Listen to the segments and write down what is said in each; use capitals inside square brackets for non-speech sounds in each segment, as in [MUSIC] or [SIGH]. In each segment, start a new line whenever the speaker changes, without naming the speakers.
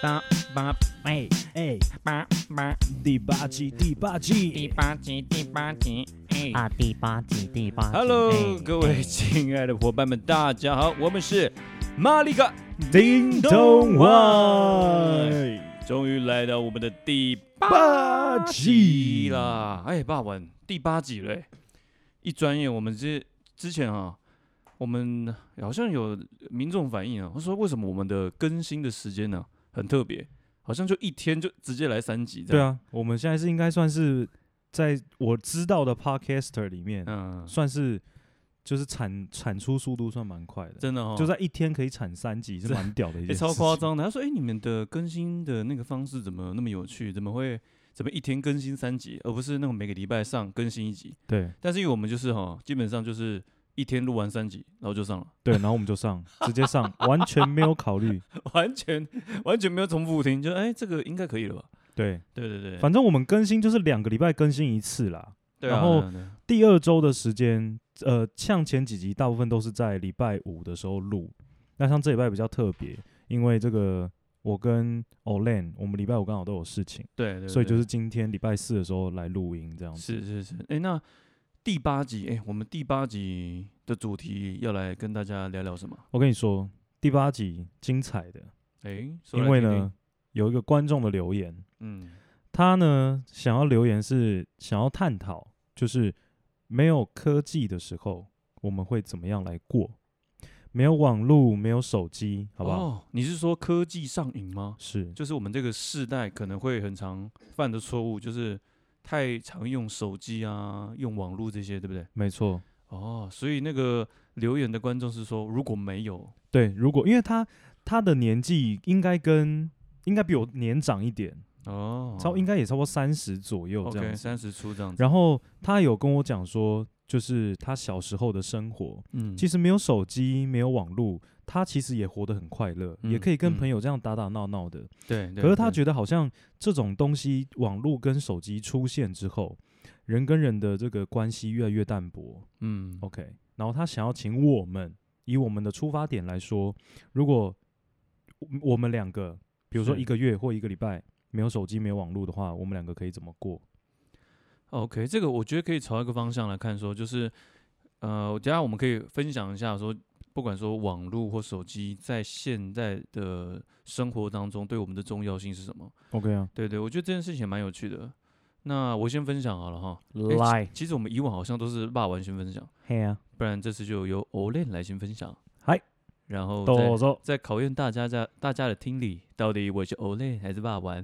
八八哎
哎，
八八
第八季，第八
第
季，
八集第八集哎。
啊，第八集，第八集。
Hello，
哎
各位亲爱的伙伴们，大家好，我们是马里嘎，
叮
咚
咚
外
外
终于来到我们的第
八
集
季，
啦！哎，爸文第八集嘞，一转眼我们这之前啊，我们好像有民众反映啊，他说为什么我们的更新的时间呢、很特别，好像就一天就直接来三集这
对
样。
啊，我们现在是应该算是在我知道的 podcaster 里面，
嗯，
算是就是产产出速度算蛮快的，
真的哦，
就在一天可以产三集，是蛮屌的一
哎、
件事情。
超夸张的。他说：“哎、你们的更新的那个方式怎么那么有趣？怎么会怎么一天更新三集，而不是那种每个礼拜上更新一集？
对
但是因为我们就是哈，基本上就是一天录完三集，然后就上了， [LAUGHS]
对，然后我们就上，直接上，完全没有考虑。
完全完全没有重复听，就哎、这个应该可以了吧？
对，
对对对，
反正我们更新就是两个礼拜更新一次啦。
对啊
然后
对啊对啊
第二周的时间，呃，像前几集大部分都是在礼拜五的时候录，那像这礼拜比较特别，因为这个我跟 Olen，我们礼拜五刚好都有事情。
对对对
所以就是今天礼拜四的时候来录音这样子。
是是是，哎、那第八集，哎、我们第八集的主题要来跟大家聊聊什么？
我跟你说，第八集精彩的，
哎、说
因
来
为
听
呢
听，
有一个观众的留言，
嗯，
他呢想要留言是想要探讨，就是没有科技的时候我们会怎么样来过？没有网络，没有手机，好不好？
哦，你是说科技上瘾吗？
是
就是我们这个世代可能会很常犯的错误，就是太常用手机啊、用网络这些，对不对？
没错。
哦，所以那个留言的观众是说，如果没有，
对，如果因为他他的年纪应该跟应该比我年长一点，
哦，
超应该也差不多三十左右这样
OK
子。
三十出这样子，
然后他有跟我讲说，就是他小时候的生活，
嗯
其实没有手机，没有网络，他其实也活得很快乐，也
嗯
可以跟
嗯
朋友这样打打闹闹的。
对，
可是他
得
觉得好像这种东西，网络跟手机出现之后，人跟人的这个关系越来越淡薄。
嗯
OK，然后他想要请我们，以我们的出发点来说，如果我我们两个，比如说
是
一个月或一个礼拜没有手机、没有网络的话，我们两个可以怎么过？
OK，这个我觉得可以朝一个方向来看说就是呃，等一下我们可以分享一下说，不管说网络或手机在现在的生活当中对我们的重要性是什么。
OK 啊，
对对，我觉得这件事情也蛮有趣的。那我先分享好了哈。诶
来，
其实我们以往好像都是霸王先分享，
嘿啊，
不然这次就由 Olen 来先分享。
嗨，
然后
哆
再
嗦。
再考验大家在大家的听力，到底我是 Olen 还是霸王？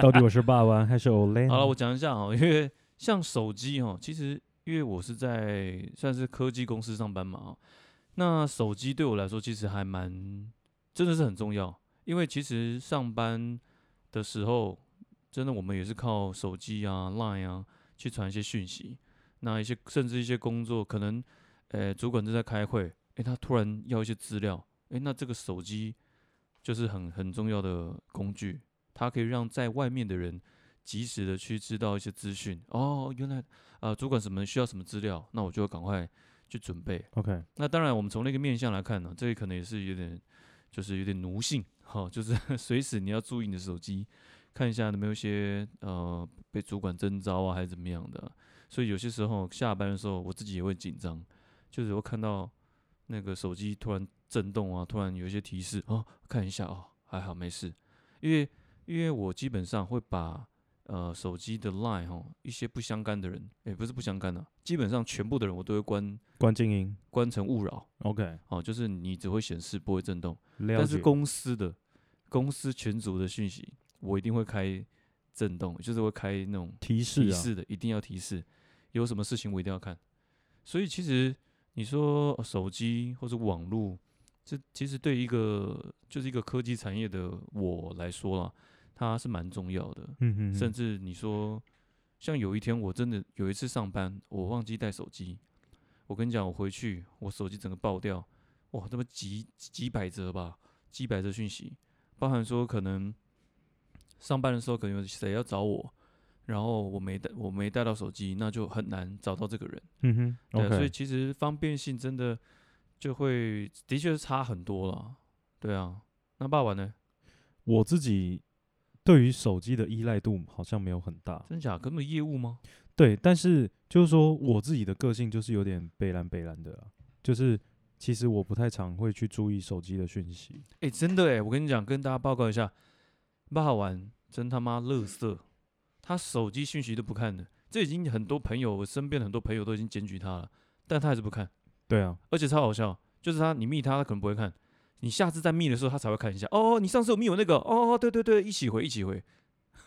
到底我是霸王还是 Olay？
好了，我讲一下哈，哦因为像手机哈，其实因为我是在算是科技公司上班嘛哦，那手机对我来说其实还蛮真的是很重要，因为其实上班的时候，真的我们也是靠手机啊、Line 啊去传一些讯息，那一些甚至一些工作可能，呃，主管正在开会，诶，他突然要一些资料，诶，那这个手机就是很很重要的工具，它可以让在外面的人。及时的去知道一些资讯。哦，原来呃，主管什么需要什么资料，那我就要赶快去准备。
OK，
那当然，我们从那个面向来看呢、这可能也是有点，就是有点奴性，哈、就是 [LAUGHS] 随时你要注意你的手机，看一下有没有一些呃被主管征召啊，还是怎么样的啊、所以有些时候下班的时候，我自己也会紧张，就是我看到那个手机突然震动啊，突然有一些提示哦，看一下哦，还好没事，因为因为我基本上会把呃手机的 line 哈、一些不相干的人，也不是不相干的、基本上全部的人我都会关
关静音。
关成勿扰。
OK，
哦，就是你只会显示不会震动，
了
但是
解
公司的公司群组的讯息，我一定会开震动，就是会开那种
提示
提
啊，
示的，一定要提示，有什么事情我一定要看。所以其实你说呃手机或者网络，这其实对一个就是一个科技产业的我来说啦，它是蛮重要的。
嗯嗯，
甚
嗯
至你说，像有一天我真的有一次上班，我忘记带手机，我跟你讲，我回去我手机整个爆掉，哇，他妈几几百则吧，几百则讯息，包含说可能上班的时候可能有谁要找我，然后我没带我没带到手机，那就很难找到这个人。
嗯哼
对啊，所以
，OK，
其实方便性真的就会的确是差很多了。对啊，那爸爸呢？
我自己对于手机的依赖度好像没有很大，
真假？根本业务吗？
对，但是就是说我自己的个性就是有点北蓝北蓝的啦，就是其实我不太常会去注意手机的讯息，
哎、真的哎、我跟你讲，跟大家报告一下，霸玩真他妈乐色，他手机讯息都不看的。这已经很多朋友，我身边很多朋友都已经检举他了，但他还是不看，
对啊，
而且超好笑，就是他你密他，他可能不会看，你下次再密的时候，他才会看一下。哦，你上次有密我那个，哦，对对对，一起回一起回，，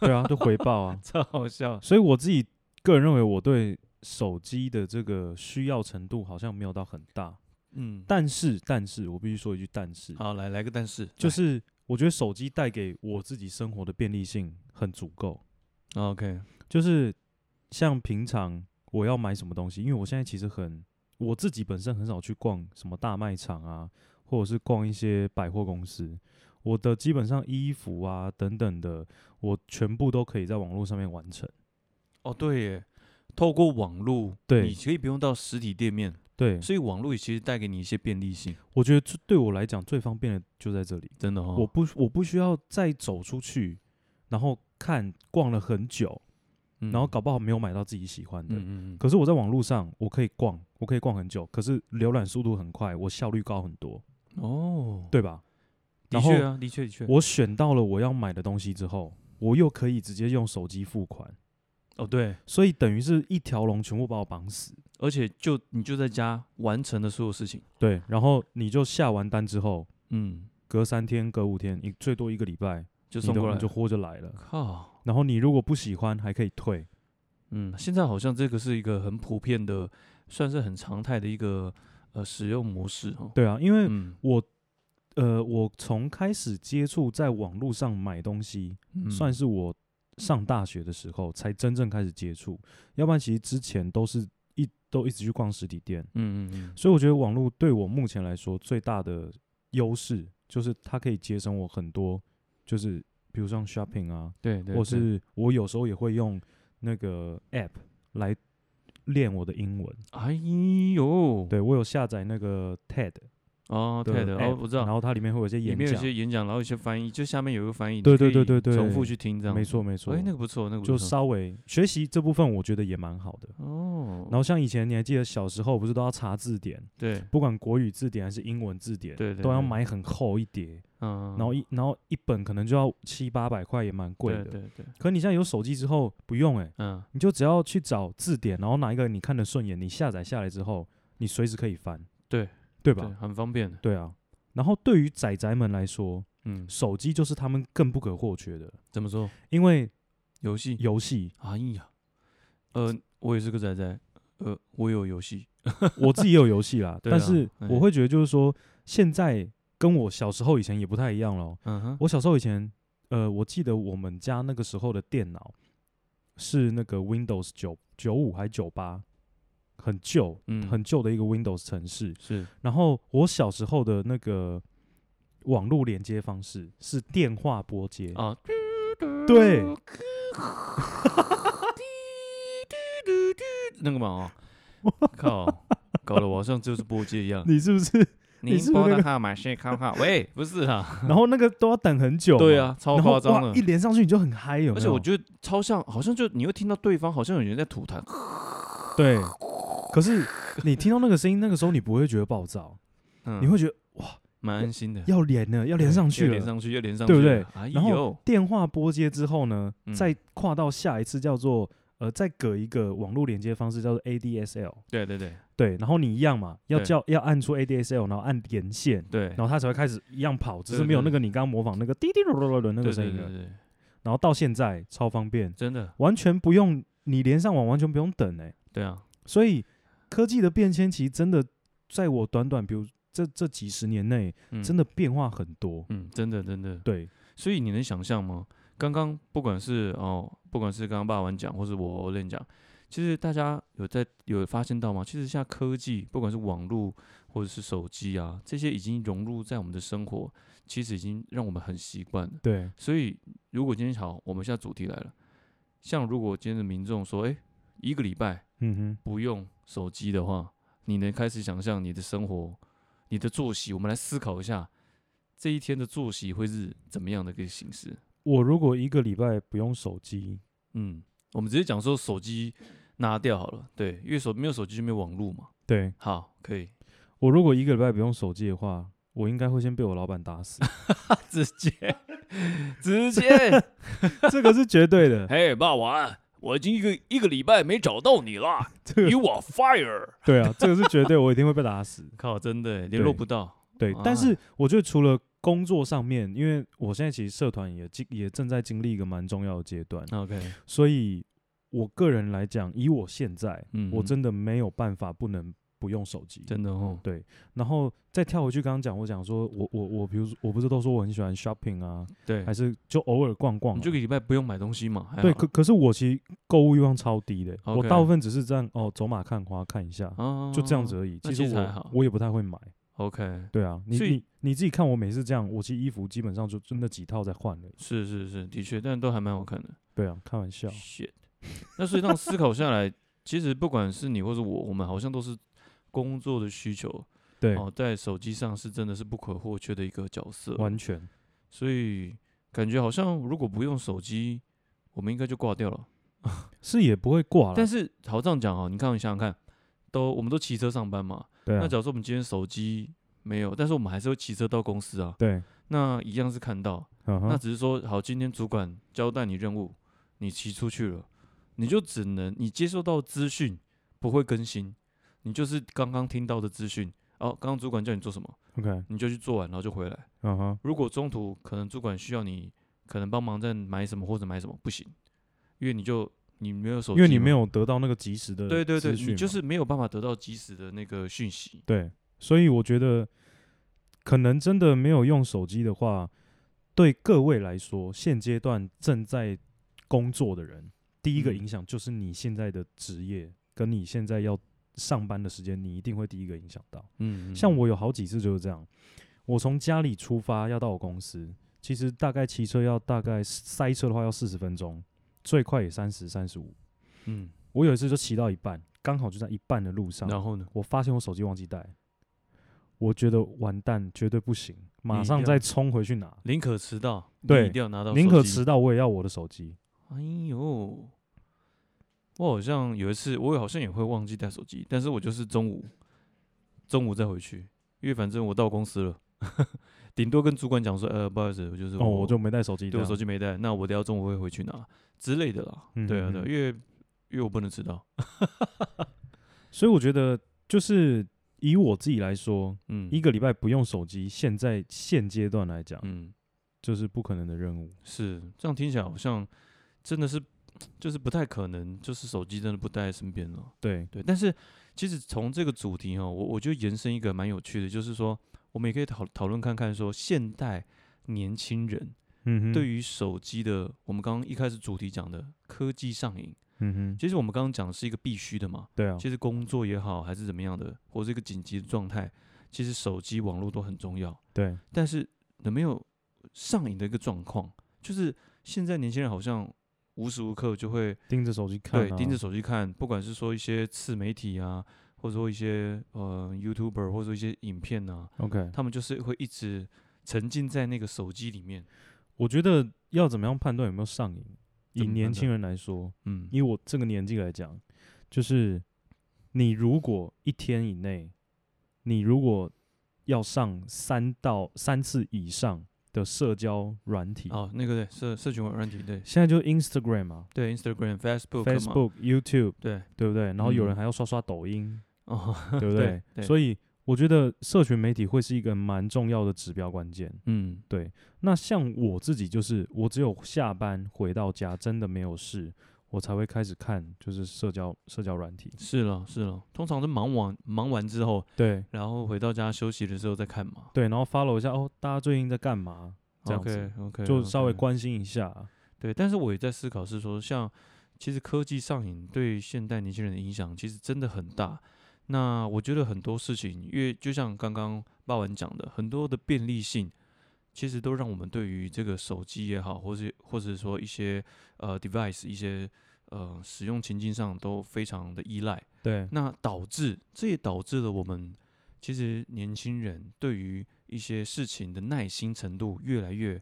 对啊，就回报啊 [LAUGHS]
超好笑。
所以我自己个人认为我对手机的这个需要程度好像没有到很大，
嗯，
但是但是我必须说一句但是，
好来来个但是，
就
来
是我觉得手机带给我自己生活的便利性很足够，
哦 OK，
就是像平常我要买什么东西，因为我现在其实很我自己本身很少去逛什么大卖场啊，或者是逛一些百货公司。我的基本上衣服啊等等的，我全部都可以在网络上面完成。
哦对耶，透过网络，
对
你可以不用到实体店面，
对，
所以网络也其实带给你一些便利性，
我觉得最对我来讲最方便的就在这里，
真的哦。
我不我不需要再走出去，然后看逛了很久，
嗯
然后搞不好没有买到自己喜欢的。
嗯嗯嗯，
可是我在网络上，我可以逛，我可以逛很久，可是浏览速度很快，我效率高很多，
哦，
对吧？
的
然
确
后
啊，的确的确，
我选到了我要买的东西之后，我又可以直接用手机付款，
哦对，
所以等于是一条龙全部把我绑死。
而且就你就在家完成了所有事情，
对，然后你就下完单之后，
嗯，
隔三天、隔五天，你最多一个礼拜，
就
你
送
的
过来
你就
了，
货就来了。
靠，
然后你如果不喜欢，还可以退。
嗯，现在好像这个是一个很普遍的，算是很常态的一个呃使用模式哦。
对啊，因为
嗯，
我，呃，我从开始接触在网络上买东西，
嗯，
算是我上大学的时候才真正开始接触，要不然其实之前都是一都一直去逛实体店，
嗯，嗯嗯
所以我觉得网络对我目前来说最大的优势就是它可以节省我很多，就是比如像 shopping 啊，
对对，
或
对
是我有时候也会用那个 app 来练我的英文，
哎呦，
对我有下载那个 TED
哦，
的
对的，哦，
app，
我知道
然，后它里面会有一些
里
演
面有
讲
一，些演讲，然后一些翻译，就下面有一个翻译，你
对
可
对对
以
对对
重复去听这样，
没，错没错，
哎，那个不错，那个不
就
错
稍微学习这部分我觉得也蛮好的。
哦，
然后像以前你还记得小时候不是都要查字典，
对，
不管国语字典还是英文字典，
对对
都要
对
买很厚一叠，
嗯，
然后一然后一本可能就要七八百块，也蛮贵
对
的。
对对，
可你现在有手机之后不用哎、
嗯，
你就只要去找字典，然后哪一个你看得顺眼，你下载下来之后，你随时可以翻，
对
对
对，
吧？
很方便的，
对啊。然后对于仔仔们来说，
嗯，
手机就是他们更不可或缺的，
怎么说？
因为
游戏，，
游戏
哎呀，呃，我也是个仔仔，呃，我有游戏， [LAUGHS]
我自己也有游戏啦，
对
但
啦
是
哎
我会觉得就是说，现在跟我小时候以前也不太一样喽。
嗯哼，
我小时候以前，呃，我记得我们家那个时候的电脑是那个 Windows 九九五还九八，很旧，
嗯
很旧的一个 Windows 城市。
是
然后我小时候的那个网络连接方式是电话拨接，
啊，
对，
那个嘛
[LAUGHS]
哦，靠，搞得我好像就是波接一样。
你是
[LAUGHS]
不是？你
您
是不是
拨的
那个
号码是康号，喂，不是啊，
然后那个都要等很久，
对，啊，超
然后
夸张
哇
的
一。连上去你就很嗨，有没有？
而且我觉得超像，好像就你会听到对方好像有人在吐痰，
得对，可是你听到那个声音，那个时候你不会觉得暴躁，
嗯，
你会觉得
蛮安心的，
要连了，要连上去
又
了
连。上去又连上去
对
了，
不对
哎
然后
呦，
电话拨接之后呢，
嗯
再跨到下一次叫做呃，再隔一个网络连接方式叫做 ADSL，
对对对
对，然后你一样嘛，要
对
叫要按出 ADSL，然后按连线，
对，
然后它才会开始一样跑，只是
对
没有
对
那个你刚刚模仿那个滴滴噜噜噜的那个
对
声
对
音啊
对
了。
对，
然后到现在超方便，
真的，
完全不用你连上网，完全不用等哎、
对啊，
所以科技的变迁其实真的在我短短比如这这几十年内，
嗯
真的变化很多。
嗯，真的真的，
对
所以你能想象吗？刚刚不管是哦，不管是刚刚爸玩讲，或是我练讲，其实大家有在有发现到吗？其实现在科技，不管是网络或者是手机啊，这些已经融入在我们的生活，其实已经让我们很习惯了。
对，
所以如果今天好，我们现在主题来了，像如果今天的民众说，哎，一个礼拜
嗯哼，
不用手机的话，你能开始想象你的生活、你的作息？我们来思考一下，这一天的作息会是怎么样的一个形式？
我如果一个礼拜不用手机，
嗯，我们直接讲说手机拿掉好了，对，因为手没有手机就没有网络嘛。
对
好，可以
我如果一个礼拜不用手机的话，我应该会先被我老板打死，
直 [LAUGHS] 接直接，
这个是绝对的。
嘿，霸王，我已经一个一个礼拜没找到你了
这个
，You are fire。
对啊，这个是绝对，我一定会被打死。
[LAUGHS] 靠，真的耶联络不到，
对，
啊
但是我觉得除了工作上面，因为我现在其实社团也经也正在经历一个蛮重要的阶段，
OK，
所以我个人来讲，以我现在，
嗯
我
哼
真的没有办法不能不用手机。
真的哦，
对，然后再跳回去，刚刚讲我讲说，我我我，比如说我不是都说我很喜欢 shopping 啊，
对
还，是就偶尔逛逛啊、
你这个礼拜不用买东西嘛？还
对，
好
可可是我其实购物欲望超低的，我
啊 OK
大部分只是这样哦，走马看花看一下，
啊，
就这样子而已。
那
其
其
实
实还好
我我也不太会买，
OK，
对啊，你
所以
你你自己看，我每次这样，我其实衣服基本上就就那几套在换了。
是是是，的确，但都还蛮好看的。
对啊，开玩笑，
Shit，那 [LAUGHS] 所以这样思考下来，其实不管是你或是我，我们好像都是工作的需求
对，
哦，在手机上是真的是不可或缺的一个角色，
完全
所以感觉好像如果不用手机，我们应该就挂掉了。
是也不会挂了。
但是好这样讲哦，你看你想想看，都我们都骑车上班嘛，
对
那
啊，
假如说我们今天手机没有，但是我们还是会骑车到公司啊，
对，
那一样是看到，
嗯
那
哼，
只是说，好，今天主管交代你任务，你骑出去了，你就只能你接收到资讯不会更新，你就是刚刚听到的资讯。哦，刚刚主管叫你做什么，
OK，
你就去做完，然后就回来。
嗯哼，
如果中途可能主管需要你，可能帮忙再买什么或者买什么，不行，因为你就你没有手机
因
嘛，
为你没有得到那个及时的
对对对，
资讯
你就
嘛
是没有办法得到及时的那个讯息。
对，所以我觉得可能真的没有用手机的话，对各位来说，现阶段正在工作的人，第一个
嗯
影响就是你现在的职业跟你现在要上班的时间，你一定会第一个影响到。
嗯，嗯
像
嗯
我有好几次就是这样，我从家里出发要到我公司，其实大概骑车要大概塞车的话要四十分钟，最快也三十三十五。
嗯，
我有一次就骑到一半，刚好就在一半的路上，
然后呢？
我发现我手机忘记带，我觉得完蛋，绝对不行，马
你一
上
定
再
要
冲回去拿，
宁可迟到，你
对
一定要拿到
宁
手
可
机
迟到我也要我的手机。
哎呦，我好像有一次，我好像也会忘记带手机，但是我就是中午，中午再回去，因为反正我到公司了， [LAUGHS] 顶多跟主管讲说，呃，不好意思，我就是
哦，我就没带手机这
对
样。
我手机没带，那我等下中午会回去拿之类的啦。
嗯
对啊，
嗯
对啊，
嗯
因为因为我不能迟到，
所以我觉得，就是以我自己来说，
嗯，
一个礼拜不用手机，现在现阶段来讲，
嗯
就是不可能的任务。
是这样听起来好像真的是就是不太可能，就是手机真的不带在身边了。
对，
对，但是其实从这个主题哈、哦我我就延伸一个蛮有趣的，就是说我们也可以讨讨论看看，说现代年轻人
嗯哼，
对
于，
于手机的，我们刚刚一开始主题讲的科技上瘾，
嗯哼，
其实我们刚刚讲是一个必须的嘛，
对啊，
其实工作也好，还是怎么样的，或是一个紧急的状态，其实手机、网络都很重要。
对，
但是有没有上瘾的一个状况？就是现在年轻人好像无时无刻就会
盯着手机看、啊，
对，盯着，手机看，不管是说一些次媒体啊，或者说一些呃 YouTuber，或者说一些影片啊，
OK，
他们就是会一直沉浸在那个手机里面。
我觉得要怎么样判断有没有上瘾？
怎
以
么
年
判
轻人来说，
嗯，
以我这个年纪来讲，就是你如果一天以内，你如果要上三到三次以上的社交软体，
哦，那个对社社群软体，对
现在就 Instagram 嘛、
对，Instagram、Facebook 嘛
Facebook、YouTube，
对
对不对？然后有人
嗯
还要刷刷抖
[LAUGHS]
音，
哦，
对不
对
对？
对
所以我觉得社群媒体会是一个蛮重要的指标关键。
嗯
对，那像我自己就是，我只有下班回到家，真的没有事，我才会开始看，就是社交社交软体。
是了是了，通常是忙完忙完之后，
对，
然后回到家休息的时候再看嘛。
对，然后 follow 一下哦，大家最近在干嘛？这样子
OK OK，
就稍微
OK
关心一下。
对，但是我也在思考是说，像其实科技上瘾对现代年轻人的影响其实真的很大。那我觉得很多事情，因为就像刚刚巴文讲的，很多的便利性，其实都让我们对于这个手机也好，或是或者说一些呃 device 一些呃使用情境上都非常的依赖。
对，
那导致这也导致了我们其实年轻人对于一些事情的耐心程度越来越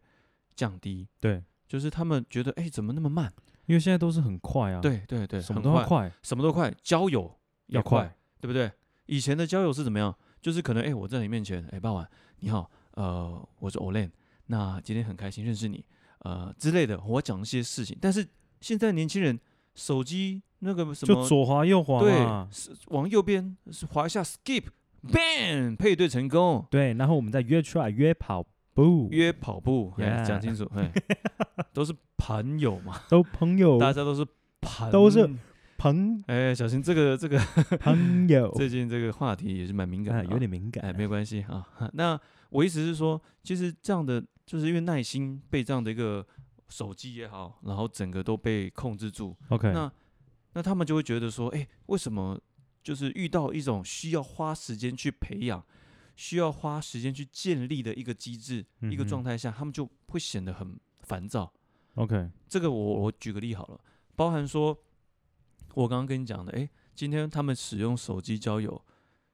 降低，
对，
就是他们觉得哎、怎么那么慢？
因为现在都是很快啊，，
对对对，
什么
很
都
快，
要快，
什么都快，交友也
要
快
快，
对不对？以前的交友是怎么样？就是可能哎、我在你面前，哎、傍晚你好，呃，我是 Olen，那今天很开心认识你，呃之类的，我讲一些事情。但是现在年轻人手机那个什
就
么，
左滑右滑
对
嘛，，
是往右边是滑一下 skip，bang，配对成功，
对，然后我们再约出来约跑步，
约跑步，哎、讲
Yeah
清楚，
[LAUGHS]
哎，都是朋友嘛，
都朋友
大家都是朋，
哦都是朋
哎、小心这个这个
朋友，
[LAUGHS] 最近这个话题也是蛮敏感
啊
的、啊，
有点敏感
哎，
啊，
没有关系啊。那我意思是说，其实这样的就是因为耐心被这样的一个手机也好，然后整个都被控制住，
OK，
那那他们就会觉得说，哎、为什么就是遇到一种需要花时间去培养、需要花时间去建立的一个机制、一个
嗯哼
状态下，他们就会显得很烦躁。
OK，
这个我我举个例好了，包含说，我刚刚跟你讲的，哎、今天他们使用手机交友，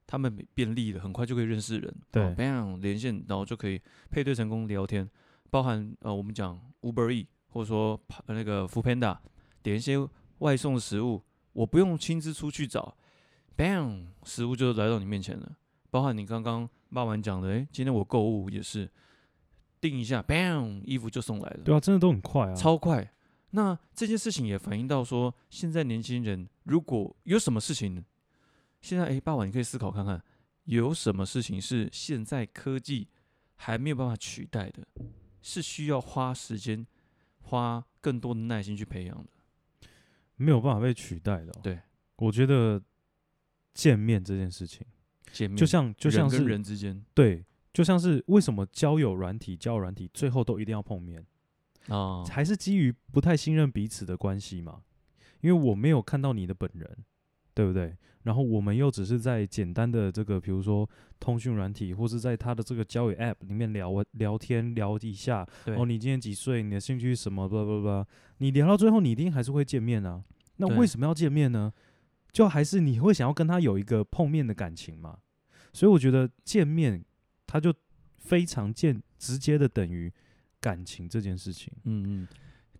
他们便利了，很快就可以认识人，
对
哦、，bang 连线，然后就可以配对成功聊天，包含呃我们讲 Uber E 或者说呃那个 f o o Panda 点一些外送的食物，我不用亲自出去找，bang 食物就来到你面前了，包含你刚刚骂完讲的，哎、今天我购物也是。订一下，bang，衣服就送来了。
对啊，真的都很快啊，
超快。那这件事情也反映到说，现在年轻人如果有什么事情，现在诶，傍晚你可以思考看看，有什么事情是现在科技还没有办法取代的，是需要花时间、花更多的耐心去培养的。
没有办法被取代的哦、
对
我觉得见面这件事情，
见面
就像就像
人
是
跟人之间
对，就像是为什么交友软体、交友软体最后都一定要碰面，
啊，
还是基于不太信任彼此的关系嘛？因为我没有看到你的本人，对不对？然后我们又只是在简单的这个，比如说通讯软体，或是在他的这个交友 App 里面聊聊天聊一下，
对
哦，你今年几岁？你的兴趣是什么？blah blah blah，你聊到最后，你一定还是会见面啊。那
对
为什么要见面呢？就还是你会想要跟他有一个碰面的感情嘛。所以我觉得见面，它就非常见直接的等于感情这件事情。
嗯嗯，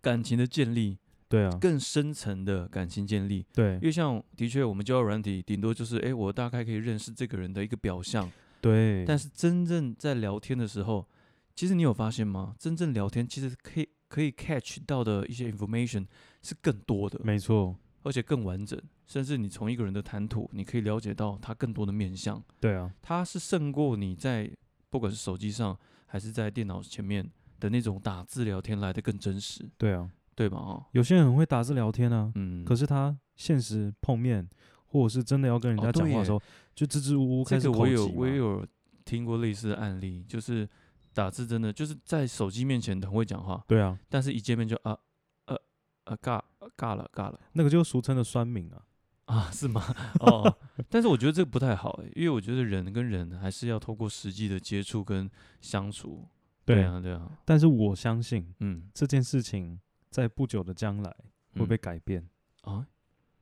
感情的建立，
对啊，
更深层的感情建立，
对
因为像的确我们交友软体顶多就是诶，我大概可以认识这个人的一个表象。
对，
但是真正在聊天的时候，其实你有发现吗？真正聊天其实可以可以 catch 到的一些 information 是更多的，
没错，
而且更完整，甚至你从一个人的谈吐，你可以了解到他更多的面相，
对啊，
他是胜过你在不管是手机上还是在电脑前面的那种打字聊天来的更真实，
对啊。
对吧？哦，
有些人很会打字聊天啊，
嗯，
可是他现实碰面，或者是真的要跟人
哦
家讲
对
话
耶
的时候，就支支吾吾
这
开始
个我
口
有
急
我也
嘛。
有听过类似的案例，就是打字真的就是在手机面前很会讲话，
对啊，
但是一见面就啊呃呃尬呃尬了尬了
那个就是俗称的酸民啊。
啊，是吗？ [LAUGHS] 哦，但是我觉得这个不太好、欸，因为我觉得人跟人还是要透过实际的接触跟相处。对啊，对啊，
但是我相信
嗯，
这件事情在不久的将来会
嗯
被改变。
啊，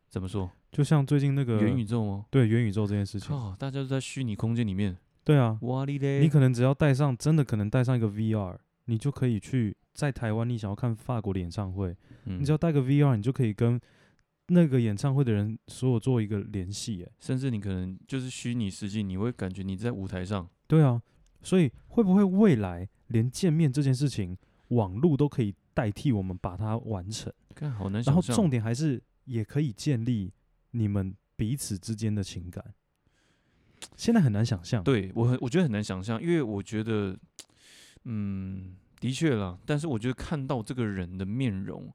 怎么说？
就像最近那个
元宇宙吗？
对元宇宙这件事情，
靠，大家都在虚拟空间里面，
对啊，
哇哩嘞！
你可能只要带上真的可能带上一个 VR，你就可以去在台湾，你想要看法国的演唱会，
嗯
你只要带个 VR，你就可以跟那个演唱会的人所有做一个联系。哎，
甚至你可能就是虚拟实际，你会感觉你在舞台上。
对啊，所以会不会未来连见面这件事情，网络都可以代替我们把它完成？
看，好难
然后
想象。
重点还是也可以建立你们彼此之间的情感。现在很难想象，
对我很，我觉得很难想象，因为我觉得，嗯，的确啦，但是我觉得看到这个人的面容，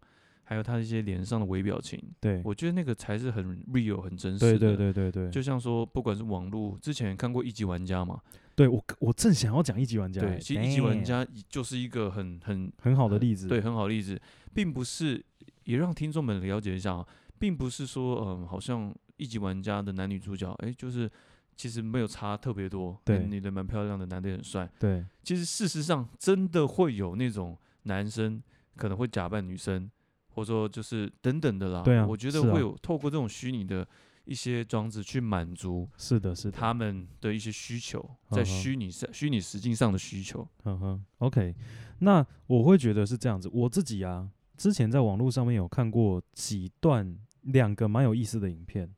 还有他一些脸上的微表情，
对
我觉得那个才是很 real、很真实的。
对对对对对，
就像说，不管是网络，之前看过一级玩家嘛，
对我我正想要讲一级玩家，
对，其实一级玩
damn
家就是一个很很
很好的
很
例子，
对，很好的例子，并不是也让听众们了解一下啊，并不是说嗯，好像一级玩家的男女主角，哎，就是其实没有差特别多，哎
对
女的蛮漂亮的，男的也很帅。
对
其实事实上真的会有那种男生可能会假扮女生，或者说就是等等的啦。
对啊
我觉得
是啊
会有透过这种虚拟的一些装置去满足
是的，是的，
他们的一些需求，在
嗯哼
虚拟上、虚拟实境上的需求。
嗯哼，OK，那我会觉得是这样子。我自己啊，之前在网络上面有看过几段两个蛮有意思的影片。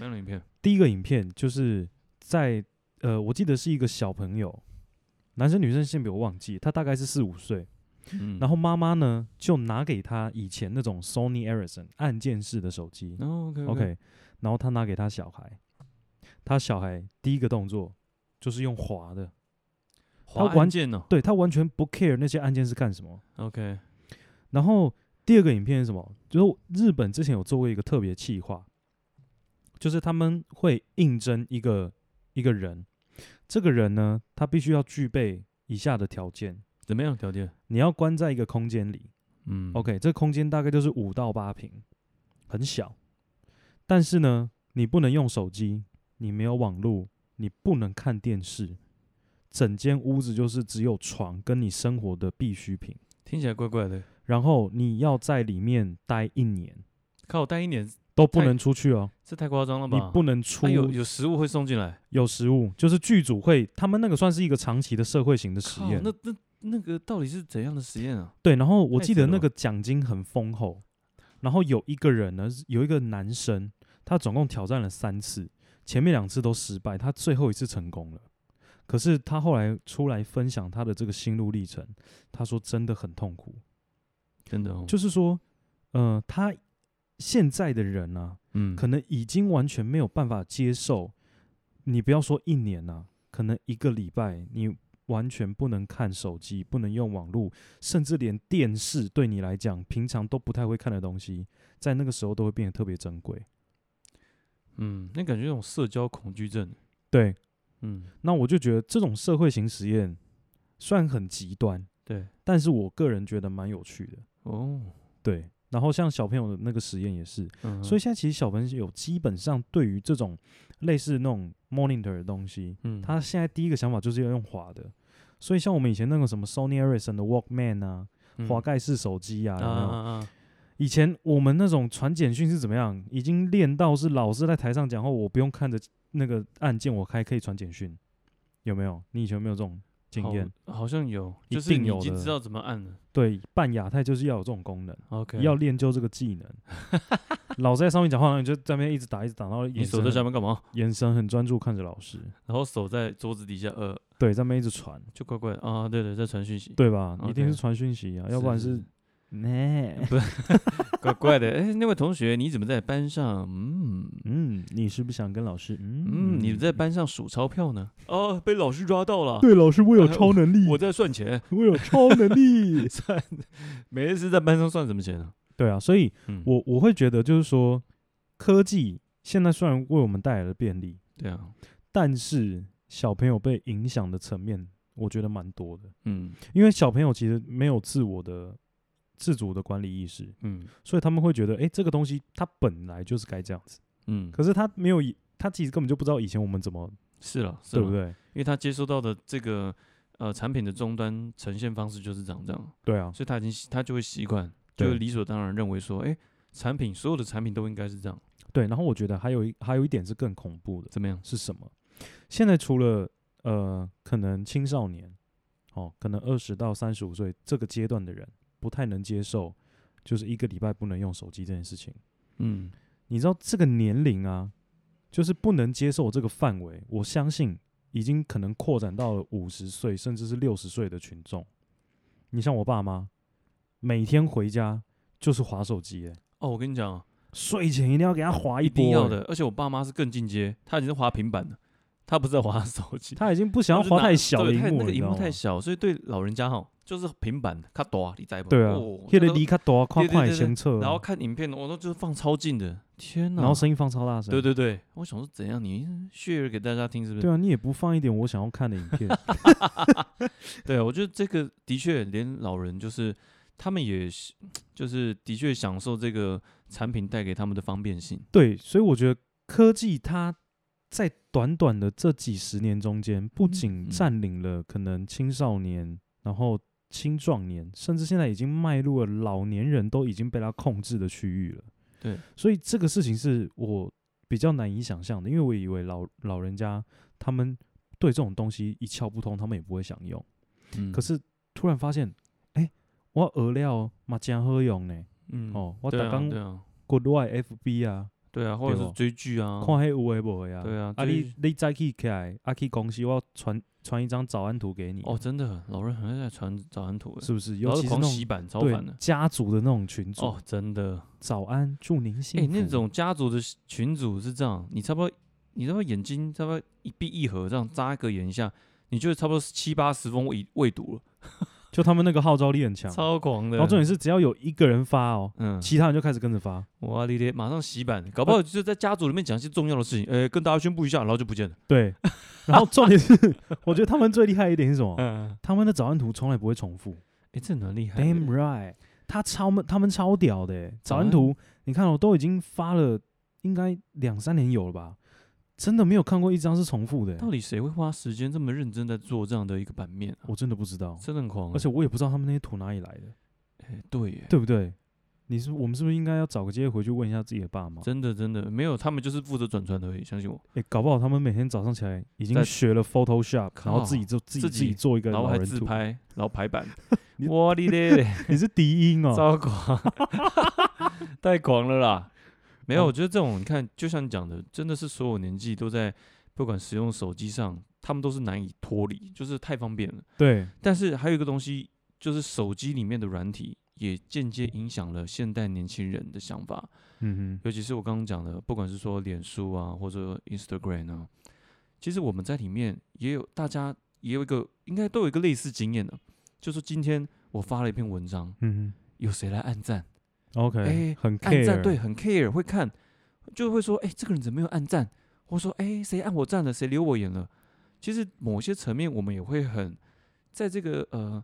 没有影片，
第一个影片就是在呃，我记得是一个小朋友，男生女生性别我忘记，他大概是四五岁，
嗯，
然后妈妈呢就拿给他以前那种 Sony Ericsson 按键式的手机、
然后 OK
o k 然后他拿给他小孩，他小孩第一个动作就是用滑的，
滑
完
按键呢哦
对他完全不 care 那些按键是干什么。
？OK，
然后第二个影片是什么？就是日本之前有做过一个特别企划，就是他们会应征一个一个人，这个人呢，他必须要具备以下的条件：
怎么样条件？
你要关在一个空间里
嗯
，OK，这个空间大概就是五到八平，很小，但是呢，你不能用手机，你没有网络，你不能看电视。整间屋子就是只有床跟你生活的必需品，
听起来怪怪的，
然后你要在里面待一年，
靠带一点，
都不
太
能出去哦，
这太夸张了吧？
你不能出、
啊有有食物会送进来，
有食物，就是剧组会，他们那个算是一个长期的社会型的实
靠
验。
那那那个到底是怎样的实验啊？
对，然后我
太
记
扯
得
了
那
吧
个奖金很丰厚，然后有一个人呢，有一个男生，他总共挑战了三次，前面两次都失败，他最后一次成功了。可是他后来出来分享他的这个心路历程，他说真的很痛苦，
真的哦，
就是说，呃，他现在的人啊，
嗯，
可能已经完全没有办法接受。你不要说一年呐、可能一个礼拜你完全不能看手机，不能用网络，甚至连电视对你来讲平常都不太会看的东西，在那个时候都会变得特别珍贵。
嗯，那感觉那种社交恐惧症，
对，
嗯，
那我就觉得这种社会型实验虽然很极端，
对，
但是我个人觉得蛮有趣的。
哦，
对，然后像小朋友的那个实验也是，
嗯哼
所以现在其实小朋友基本上对于这种类似那种 monitor 的东西，
嗯，
他现在第一个想法就是要用滑的，所以像我们以前那个什么 Sony Ericsson 的 Walkman 啊，
嗯
滑盖式手机啊，
啊
有没有
啊啊，
以前我们那种传简讯是怎么样，已经练到是老师在台上讲话，我不用看着那个按键，我还可以传简讯，有没有？你以前有没有这种经
好
验？
好像有，
一
就是
定
你
有
已经
的
知道怎么按了
对，半亚太就是要有这种功能，
，OK，
要练就这个技
[LAUGHS]
能。老师在上面讲话，然后你就在那边一直打，一直打，然后
你
眼
手
神
在下
很
面干嘛？
眼神很专注看着老师，
然后手在桌子底下，呃，
对，在那边一直传，
就怪怪的啊，对对，在传讯息，
对吧？一定
OK
是传讯息啊，要不然是
[LAUGHS] 怪怪的。哎，那位同学，你怎么在班上？嗯
嗯，你是不是想跟老师？嗯
嗯，你在班上数钞票呢？哦，被老师抓到了。
对老师，我有
哎
超能力，
我在算钱，。
我有超能
[LAUGHS]
力
算每一次在班上算什么钱啊？
对啊，所以
嗯，
我我会觉得就是说，科技现在虽然为我们带来了便利，
对啊，
但是小朋友被影响的层面，我觉得蛮多的。
嗯
因为小朋友其实没有自我的自主的管理意识，
嗯
所以他们会觉得，诶，这个东西它本来就是该这样子。
嗯，
可是他没有以，他其实根本就不知道以前我们怎么，
是了，是
对不
啦？
对？
因为他接收到的这个呃产品的终端呈现方式就是长这样，
对啊，
所以他已经习他就会习惯，就会
对
理所当然认为说，哎，产品所有的产品都应该是这样，
对。然后我觉得还有一还有一点是更恐怖的。
怎么样？
是什么？现在除了呃，可能青少年哦，可能二十到三十五岁这个阶段的人，不太能接受，就是一个礼拜不能用手机这件事情。
嗯，
你知道这个年龄啊，就是不能接受这个范围，我相信已经可能扩展到了五十岁甚至是六十岁的群众。你像我爸妈，每天回家就是划手机、欸，
哦，我跟你讲啊，
睡前一定要给他划
一
波、
定要
欸
的，而且我爸妈是更进阶，他已经是滑平板的，他不是在滑手机，
[LAUGHS] 他已经不想要
就是
划
拿
太小的
对
荧
太
幕
那
了，
个
你知
荧幕
道
太
吗
小，所以对老人家哈，就是平板卡多，你在不？
对啊
哦，
迄
那
个
都
离较大，看
对对
看
对对
相册，
然后看影片，我都就是放超近的，天哪！
然后声音放超大声，
对对对，我想说怎样，你 share 给大家听是不是？
对啊，你也不放一点我想要看的影片， [LAUGHS]
对啊，我觉得这个的确，连老人就是他们也是就是的确享受这个产品带给他们的方便性。
对，所以我觉得科技它在短短的这几十年中间，不仅
嗯
占领了可能青少年，然后青壮年，甚至现在已经迈入了老年人都已经被它控制的区域了。
对，
所以这个事情是我比较难以想象的，因为我以为老老人家他们对这种东西一窍不通，他们也不会想用。
嗯
可是突然发现，哎、我饵料嘛真好用呢、
嗯
哦我
对
每
啊
天
对啊
国外 FB 啊，
对啊，或者
对
是
不
追剧啊，
看迄有诶无诶啊。
对啊
啊
追
你你早起起来，啊去公司我传传一张早安图给你，
哦，真的老人很爱在传早安图，
是不是？
然
尤
后
其是
狂
那
洗
种
版超烦
对
的。
家族的那种群组，
哦，真的，
早安，祝您幸
哎、
福。
那种家族的群主是这样，你差不多，你差不多眼睛差不多一闭一合，这样眨一个眼一下，你就差不多七八十封未未读了，
就他们那个号召力很强，
超狂的。
然后重点是只要有一个人发哦，
嗯，
其他人就开始跟
[LAUGHS]
着发。
哇哩咧，马上洗版，搞不好就在家族里面讲一些重要的事情，呃、跟大家宣布一下，然后就不见了。
对，然后重点是，我觉得他们最厉害一点是什么？
嗯，
他们的早安图从来不会重复。
哎、这蛮厉害的。
Damn right，他超们他们超屌的欸早安图，你看我、哦都已经发了，应该两三年有了吧？真的没有看过一张是重复的欸，
到底谁会花时间这么认真在做这样的一个版面啊？
我真的不知道，
真的很狂、欸，
而且我也不知道他们那些图哪里来的，
哎对耶，
对不对？你是我们是不是应该要找个机会回去问一下自己的爸妈？
真的真的没有，他们就是负责转传而已，相信我。
哎、搞不好他们每天早上起来已
在
经学了 Photoshop，然后自己就自己
自
自
己
己做一个
然后
老
还
人
自
图。 [LAUGHS]
拍，然后排版
你，
哇哩咧，
[LAUGHS] 你是低音哦，
超
[LAUGHS]
狂，太狂了啦！没有，
哦
我觉得这种你看，就像你讲的，真的是所有年纪都在，不管使用手机上，他们都是难以脱离，就是太方便了。
对，
但是还有一个东西，就是手机里面的软体也间接影响了现代年轻人的想法，
嗯
尤其是我刚刚讲的，不管是说脸书啊，或者 Instagram 啊，其实我们在里面也有大家也有一个应该都有一个类似经验的、就是今天我发了一篇文章，
哼，嗯
有谁来按赞？
哼，OK，、
哎
很 care，
按赞对，很 care，会看，就会说，哎、这个人怎么没有按赞？或说，哎、谁按我赞了？谁留我言了？其实某些层面，我们也会很在这个呃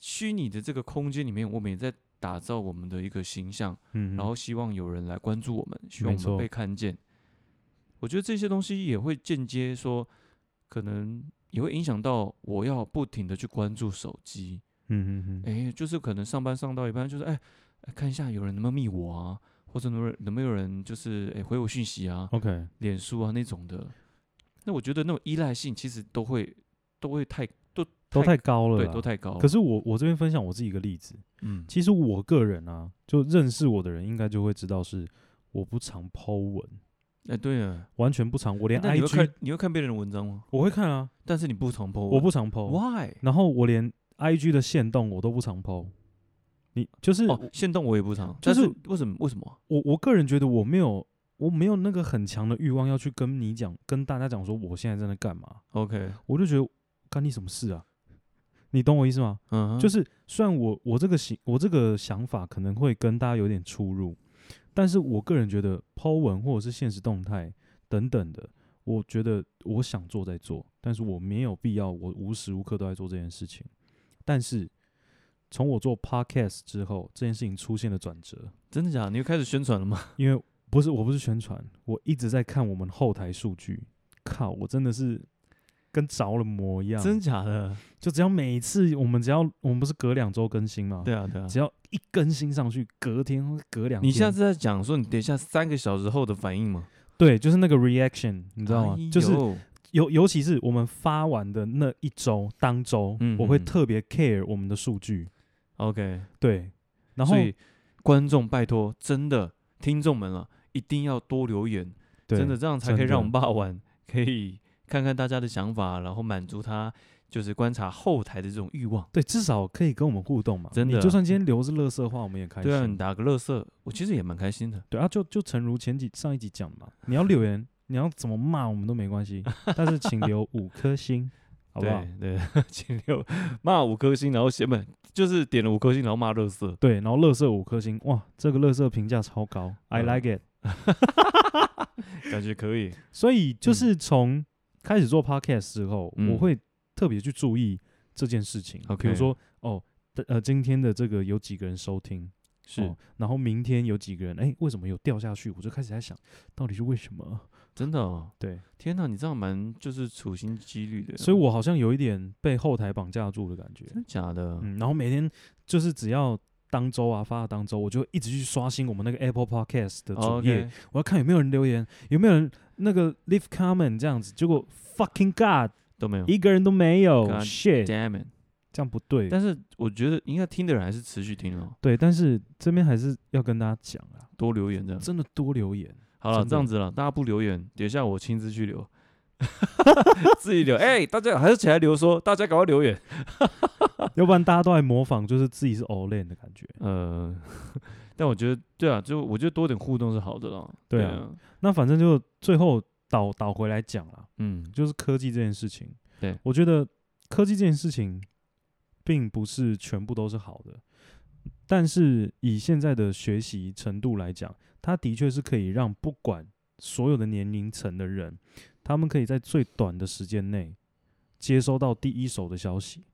虚拟的这个空间里面，我们也在打造我们的一个形象，
嗯哼，
然后希望有人来关注我们，希望我
没
们
错
被看见。我觉得这些东西也会间接说，可能也会影响到我要不停的去关注手机，
嗯哼哼，
哎、就是可能上班上到一半，就是哎、哎看一下有人能不能密我啊，或者能不能能不能有人就是哎、回我讯息啊、
OK，
脸书啊那种的。那我觉得那种依赖性其实都会都会太都
都太高了
对
啦，
都太高了。
可
是
是我我这边分享我自己一个例子，
哦嗯
其实我个人啊，就认识我的人应该就会知道是我不常 Po 文，
哎、对啊，
完全不常，我连
那你会
IG
看你会看别人的文章吗？
我会看啊，
但是你不常 po，
我不常 Po，
why
然后我连 IG 的限动我都不常 Po，你就是、
哦，现动我也不常，
就
但
是
是为什么为什么啊？
我我个人觉得我没有我没有那个很强的欲望要去跟你讲跟大家讲说我现在正在干嘛，
OK，
我就觉得干你什么事啊，你懂我意思吗？
嗯哼，
就是虽然我我这个行我这个想法可能会跟大家有点出入，但是我个人觉得抛文或者是现实动态等等的，我觉得我想做再做，但是我没有必要我无时无刻都在做这件事情。但是从我做 podcast 之后，这件事情出现了转折，
真的假的？你又开始宣传了吗？
因为不是我不是宣传，我一直在看我们后台数据，靠，我真的是。跟着了魔一
[LAUGHS]
样，
真假的？
就只要每次我们只要我们不是隔两周更新吗？
对啊对啊。
只要一更新上去，隔天或隔两天，
你现在是在讲说你等一下三个小时后的反应吗？
对，就是那个 reaction，你
你
知道吗？就是尤尤其是我们发完的那一周，当周、
嗯
我会
嗯嗯
特别 care 我们的数据，
OK，
对，然后
所以观众拜托，真的听众们啊，一定要多留言，
对
真的这样才可以
真的
让我们爸玩，可以看看大家的想法，然后满足他就是观察后台的这种欲望。
对，至少可以跟我们互动嘛。
真的啊
你就算今天留是乐色话，我们也开心。
对啊，你打个乐色，我其实也蛮开心的。
对啊，就就诚如前几上一集讲的嘛，你要留言，你要怎么骂我们都没关系，但是请
[LAUGHS]
留五颗星，好不好？
对对， [LAUGHS] 请六骂五颗星，然后写不就是点了五颗星，然后骂乐色。
对，然后乐色五颗星，哇，这个乐色评价超高，I
嗯
like it。
感觉可以，
所以就是从开始做 podcast 之后，
嗯
我会特别去注意这件事情。
OK
比如说，哦，呃，今天的这个有几个人收听，
是、
哦然后明天有几个人，哎、为什么有掉下去？我就开始在想，到底是为什么？
真的、哦。
对，
天哪，你这样蛮就是处心积虑的，
所以我好像有一点被后台绑架住的感觉。
真的假的？
嗯，然后每天就是只要当周啊发的当周，我就一直去刷新我们那个 Apple Podcast 的
哦
主
，OK
页，我要看有没有人留言，有没有人那个 leave comment 这样子。结果 fucking God，
都没有。
一个人都没有
God
，shit，
Damn it！
这样不对。
但是我觉得应该听的人还是持续听哦，
对，但是这边还是要跟大家讲啊，
多留言这样。
真的多留言， [LAUGHS]
好了，
真的
这样子了，大家不留言，等一下我亲自去 [LAUGHS] 留，自己留。哎、大家还是起来留说，大家赶快留言。
要不然大家都来模仿，就是自己是 Olen 的感觉。
呃， [LAUGHS] 但我觉得对啊，就我觉得多点互动是好的啦。
对啊，那反正就最后倒倒回来讲啦，
嗯，
就是科技这件事情。
对
我觉得科技这件事情，并不是全部都是好的，但是以现在的学习程度来讲，它的确是可以让不管所有的年龄层的人，他们可以在最短的时间内接收到第一手的消息，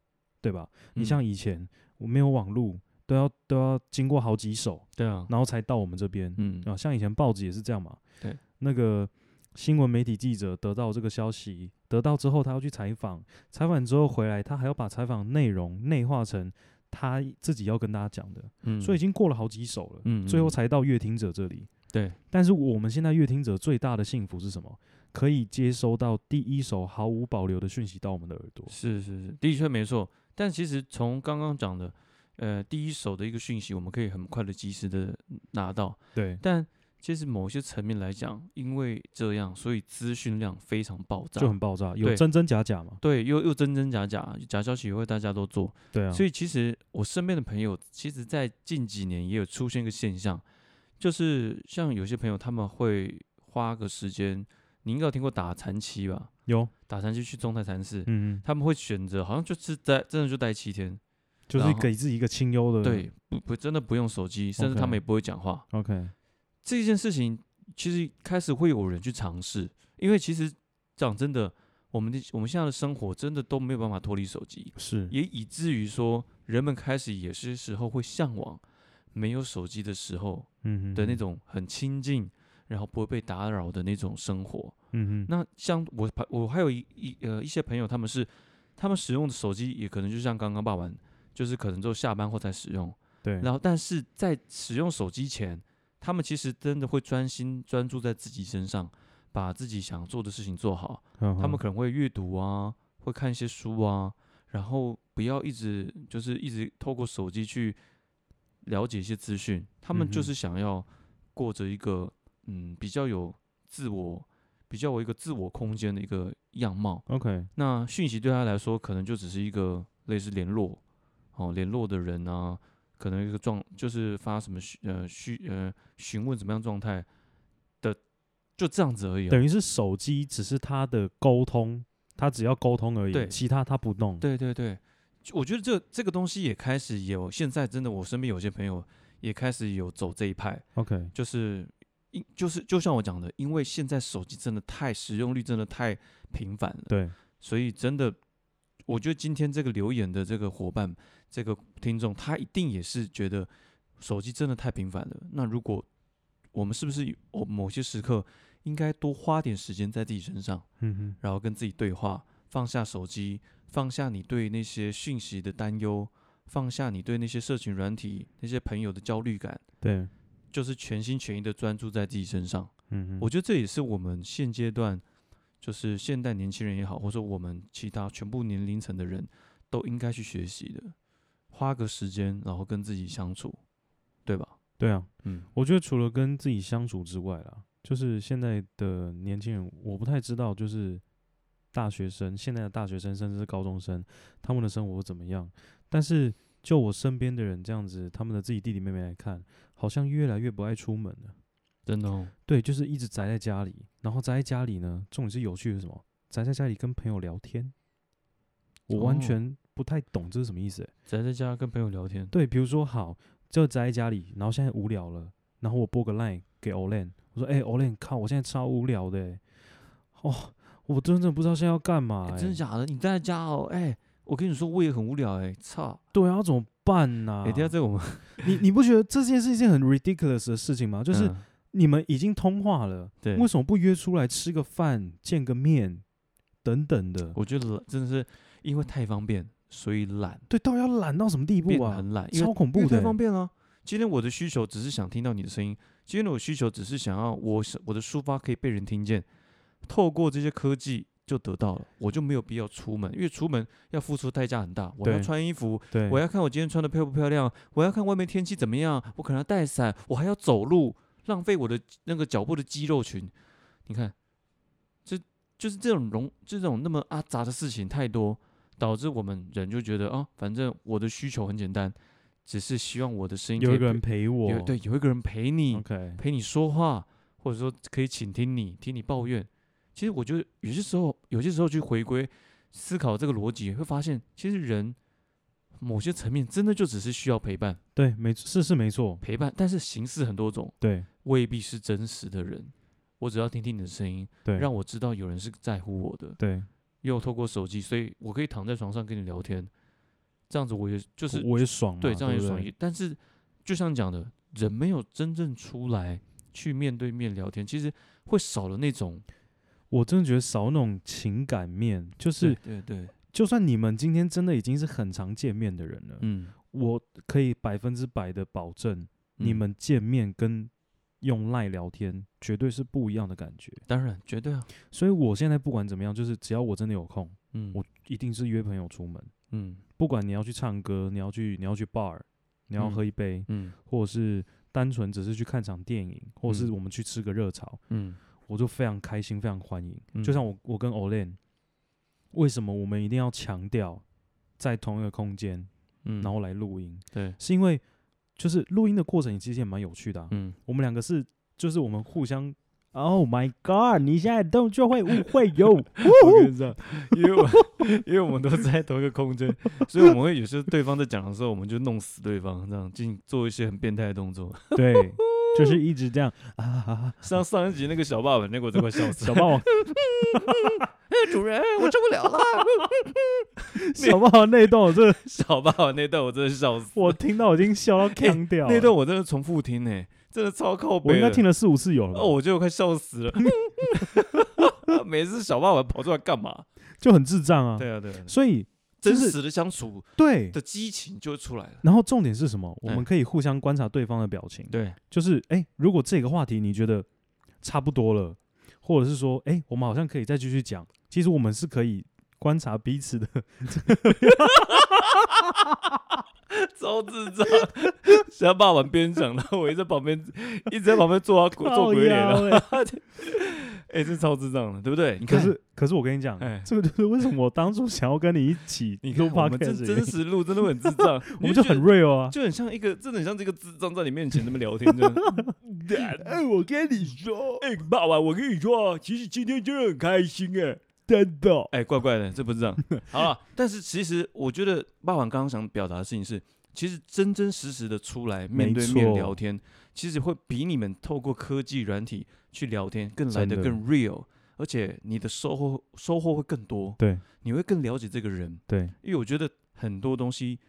对吧？你
嗯
像以前我没有网络，都要都要经过好几手，
对啊，
然后才到我们这边。
嗯
啊，像以前报纸也是这样嘛。
对，
那个新闻媒体记者得到这个消息，得到之后他要去采访，采访之后回来，他还要把采访内容内化成他自己要跟大家讲的，
嗯，
所以已经过了好几手了，
嗯
最后
嗯
才到乐听者这里。
对，
但是我们现在乐听者最大的幸福是什么？可以接收到第一手毫无保留的讯息到我们的耳朵。
是是是，的确没错。但其实从刚刚讲的，呃，第一手的一个讯息，我们可以很快的、及时的拿到。
对，
但其实某些层面来讲，因为这样，所以资讯量非常爆炸，
就很爆炸，有
对
真真假假嘛？
对，又又真真假假，假消息也会大家都做。
对啊，
所
以
以其实我身边的朋友，其实在近几年也有出现一个现象，就是像有些朋友他们会花个时间，你应该有听过打残期吧？
有，
打残期去中泰禅寺，
嗯，嗯
他们会选择好像就是待真的就待七天，
就是
然后
给自己一个清幽的。
对，不不真的不用手机，甚至
OK
他们也不会讲话。
，OK，
这件事情其实开始会有人去尝试，因为其实讲真的，我们的我们现在的生活真的都没有办法脱离手机，
是
也以至于说人们开始也是时候会向往没有手机的时候
嗯
的那
哼
种很亲近，然后不会被打扰的那种生活。
嗯哼，
那像我朋我还有一一呃一些朋友，他们是他们使用的手机也可能就像刚刚爸玩，就是可能就下班后才使用，
对，
然后但是在使用手机前，他们其实真的会专心专注在自己身上，把自己想做的事情做好。他
他
们可能会阅读啊，会看一些书啊，然后不要一直就是一直透过手机去了解一些资讯。他们就
嗯哼
是想要过着一个嗯比较有自我、比较有一个自我空间的一个样貌。
OK，
那讯息对他来说，可能就只是一个类似联络哦，联络的人啊，可能一个状就是发什么讯呃询呃询问怎么样状态的，就这样子而已、哦。
等于是手机只是他的沟通，他只要沟通而已，
对
其他他不弄。，
对对对，就我觉得这这个东西也开始有，现在真的我身边有些朋友也开始有走这一派，
，OK，
就是因就是就像我讲的，因为现在手机真的太使用率真的太频繁了，
对，
所以真的，我觉得今天这个留言的这个伙伴、这个听众，他一定也是觉得手机真的太频繁了。那如果我们是不是我某些时刻应该多花点时间在自己身上，
嗯哼，
然后跟自己对话，放下手机，放下你对那些讯息的担忧，放下你对那些社群软体、那些朋友的焦虑感，
对，
就是全心全意的专注在自己身上。
嗯哼，
我觉得这也是我们现阶段，就是现代年轻人也好，或者说我们其他全部年龄层的人都应该去学习的，花个时间，然后跟自己相处，对吧？
对啊，
嗯，
我觉得除了跟自己相处之外啦，就是现在的年轻人，我不太知道，就是大学生，现在的大学生甚至是高中生，他们的生活怎么样？但是就我身边的人这样子，他们的自己弟弟妹妹来看，好像越来越不爱出门了。
真的哦，
对，就是一直宅在家里，然后宅在家里呢，重点是有趣的是什么？宅在家里跟朋友聊天，我完
哦
全不太懂这是什么意思欸、
宅在家跟朋友聊天，
对，比如说好，就宅在家里，然后现在无聊了，然后我拨个 line 给 Olen，我说：“哎、o l e n 靠，我现在超无聊的欸、哦，我真的不知道现在要干嘛欸、
哎诶真的假的？你待在家哦，哎、我跟你说，我也很无聊、哎，操！
对啊，要怎么办呢、
哎、等一下这个我们
你你不觉得这件是一件很 ridiculous 的事情吗？就是、
嗯
你们已经通话了，
对，
为什么不约出来吃个饭、见个面等等的？
我觉得真的是因为太方便，所以懒，
对，到底要懒到什么地
变
步
得
啊？
很懒，因为
超恐
因
怖
为
的
太
欸、
方便了。今天我的需求只是想听到你的声音，今天的我需求只是想要我想我的抒发可以被人听见，透过这些科技就得到了，我就没有必要出门，因为出门要付出代价很大，我要
对
穿衣服，
对，
我要看我今天穿的漂不漂亮，我要看外面天气怎么样，我可能要带伞，我还要走路，浪费我的那个脚部的肌肉群。你看，这就是这种容这种那么阿杂的事情太多，导致我们人就觉得啊，反正我的需求很简单，只是希望我的声音
有
可
一
以
个人
陪
陪我，
有对有一个人陪你，
，OK，
陪你说话，或者说可以倾听你，听你抱怨。其实我觉得有些时候，有些时候去回归思考这个逻辑，会发现其实人某些层面真的就只是需要陪伴，
对，没是是没错，
陪伴，但是形式很多种，
对
未必是真实的人。我只要听听你的声音，
对，
让我知道有人是在乎我的，
对，
又透过手机，所以我可以躺在床上跟你聊天，这样子我也就是
我也爽嘛，
啊对，这样也
不
爽
对
一。但是就像讲的，人没有真正出来去面对面聊天，其实会少了那种
我真的觉得少那种情感面，就是
对对，
就算你们今天真的已经是很常见面的人了，
嗯，
我可以百分之百的保证，你
嗯
们见面跟用赖聊天绝对是不一样的感觉。
当然绝对啊，
所以我现在不管怎么样，就是只要我真的有空，
嗯，
我一定是约朋友出门。
嗯
不管你要去唱歌，你要去你要去 bar，你要
嗯
喝一杯，
嗯
或者是单纯只是去看场电影，或者是
嗯
我们去吃个热炒，
嗯
我就非常开心，非常欢迎。
嗯
就像我我跟 Olen，为什么我们一定要强调在同一个空间，
嗯，
然后来录音？
[LAUGHS] 对，
是因为就是录音的过程其实也蛮有趣的、啊。
嗯，
我们两个是就是我们互相
Oh my god！你现在动就会误会
[LAUGHS]
哟。
我跟你讲，因为我因为我们都在同一个空间，所以我们会有时候对方在讲的时候，我们就弄死对方，这样进做一些很变态的动作。
对
就是一直这样啊啊啊！
像上一集那个小霸王，那个我都快笑死
小
了。
霸王
主人，我受不
[LAUGHS]
了了。
小不好那一段，我真的
小霸王那段我真的笑
[LAUGHS]
死，
我听到我已经
[LAUGHS]
笑到腔掉了。
哎那段我真的重复听呢、真的超靠
我
背
应该
的。
听了四五次有了吧，
哦，我觉得我快笑死了。 [LAUGHS] 每次小霸王跑出来干嘛？
就很智障啊。
对啊，对啊，
所以
真
就是
实的相处
对，
的激情就会出来了。
然后重点是什么？我们
嗯
可以互相观察对方的表情，
对，
就是哎、诶如果这个话题你觉得差不多了，或者是说哎、诶我们好像可以再继续讲，其实我们是可以观察彼
[LAUGHS]
此的。
[LAUGHS] 超智障！小霸王边讲，然后我一直在旁边，一直在旁边做他鬼做鬼脸啊。
了。
[LAUGHS] 哎，这超智障的，对不对？你
可
看，
是可是我跟你讲
哎，
这个就是为什么我当初想要跟你一
[LAUGHS]
起
你
录
看我们真
podcast 的原
真
因，，
实录真的会很智障
我们就
觉得
很 real 啊。
就很像一个，真的很像这个智障在你面前那么聊天，这样。 [LAUGHS]
哎，我跟你说，
哎、爸爸，我跟你说啊，其实今天真的很开心哎、
真的，
哎、怪怪的，这不是这 [LAUGHS] 样。好了，但是其实我觉得爸爸刚刚想表达的事情是，其实真真实实的出来面对
没
面
错
聊天，其实会比你们透过科技软体去聊天更来
真
的
的
更 real，而且你的收获收获会更多，
对
你会更了解这个人。
对
因为我觉得很多东西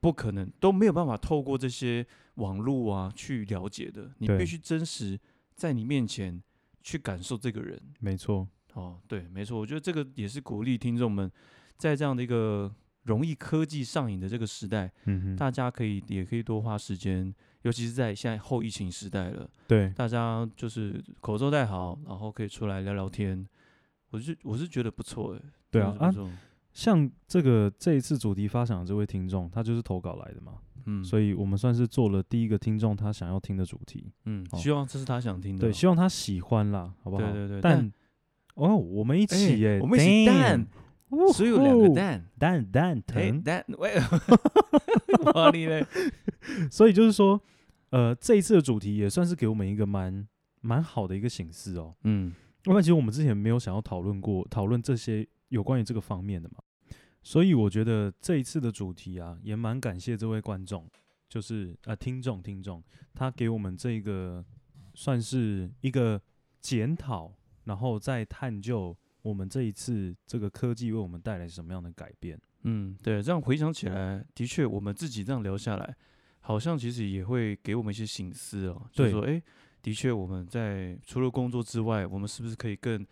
不可能都没有办法透过这些网络啊去了解的，你
对
必须真实在你面前去感受这个人。
没错，
哦，对，没错，我觉得这个也是鼓励听众们在这样的一个容易科技上瘾的这个时代，
嗯哼，
大家可以也可以多花时间，尤其是在现在后疫情时代了，
对
大家就是口罩戴好，然后可以出来聊聊天。我是我是觉得不错哎、
对
真
啊
的是
啊
不！错
像这个这一次主题发想的这位听众，他就是投稿来的嘛，
嗯，
所
以
以我们算是做了第一个听众他想要听的主题，
嗯，
哦
希望这是他想听的哦、
对，希望他喜欢啦，好不好？
对对对
但哦，我们一
哎
起耶，
我们一起
damn
蛋，所以有两个蛋，
蛋蛋
哎
疼，
蛋喂， [LAUGHS] 哇你嘞，
所以就是说，呃，这一次的主题也算是给我们一个蛮蛮好的一个醒思哦。
嗯
因为其实我们之前没有想要讨论过讨论这些有关于这个方面的嘛，所以我觉得这一次的主题啊，也蛮感谢这位观众，就是呃听众听众，他给我们这个算是一个检讨，然后再探究我们这一次这个科技为我们带来什么样的改变。
嗯，对，这样回想起来，的确，我们自己这样聊下来，好像其实也会给我们一些醒思哦，就
对
是说，哎，的确，我们在除了工作之外，我们是不是可以更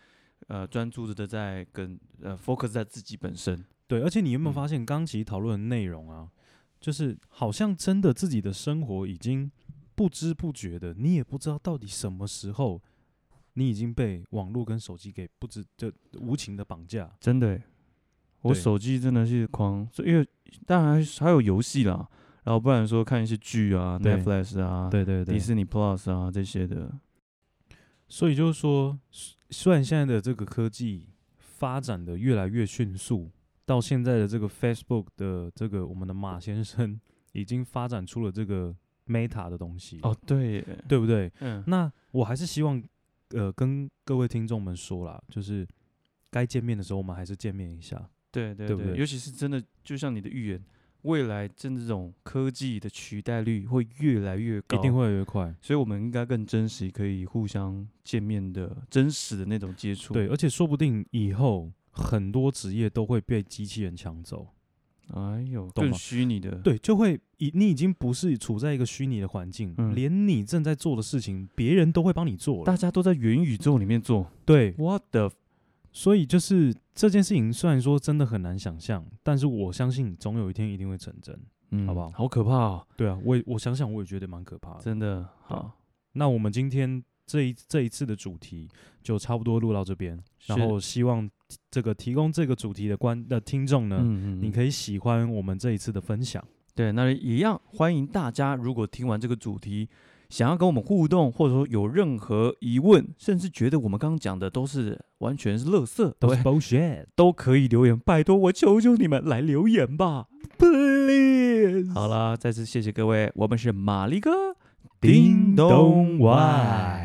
呃专注的在跟呃 focus 在自己本身？
对，而且你有没有
嗯
发现，刚刚其实讨论的内容啊，就是好像真的自己的生活已经不知不觉的，你也不知道到底什么时候，你已经被网络跟手机给不知就无情的绑架。
真的欸，我
对
手机真的是狂，所以因为当然还是还有游戏啦，然后不然说看一些剧啊
对
，Netflix 啊，
对对
迪士尼 Plus 啊这些的，
所以就是说，虽虽然现在的这个科技发展的越来越迅速，到现在的这个 Facebook 的这个我们的马先生已经发展出了这个 Meta 的东西，
哦，对耶，
对不对？
嗯，
那我还是希望，呃，跟各位听众们说啦，就是该见面的时候，我们还是见面一下。
对对
对不
对，
对
尤其是真的，就像你的预言，未来真的这种科技的取代率会越来越高，
一定。会越来越快。
所以我们应该更珍惜可以互相见面的真实的那种接触。
对，而且说不定以后很多职业都会被机器人抢走。
哎呦，
懂
更
吗
虚拟的，
对，就会已你已经不是处在一个虚拟的环境，
嗯
连你正在做的事情，别人都会帮你做了
大。家都在元宇宙里面做。
对，
What the？
所以就是这件事情，虽然说真的很难想象，但是我相信总有一天一定会成真。
嗯
好不好
好可怕哦，
对啊，我也我想想，我也觉得蛮可怕的。
真的好。
那我们今天这一这一次的主题就差不多录到这边，然
是
后希望提这个提供这个主题的观的听众呢，
嗯嗯，
你可以喜欢我们这一次的分享。
对，那一样欢迎大家，如果听完这个主题，想要跟我们互动，或者说有任何疑问，甚至觉得我们刚刚讲的都是完全是垃圾，
都
对
是 bullshit，
[LAUGHS] 都可以留言，拜托我求求你们来留言吧，please。好啦，再次谢谢各位，我们是马力哥，
叮咚外。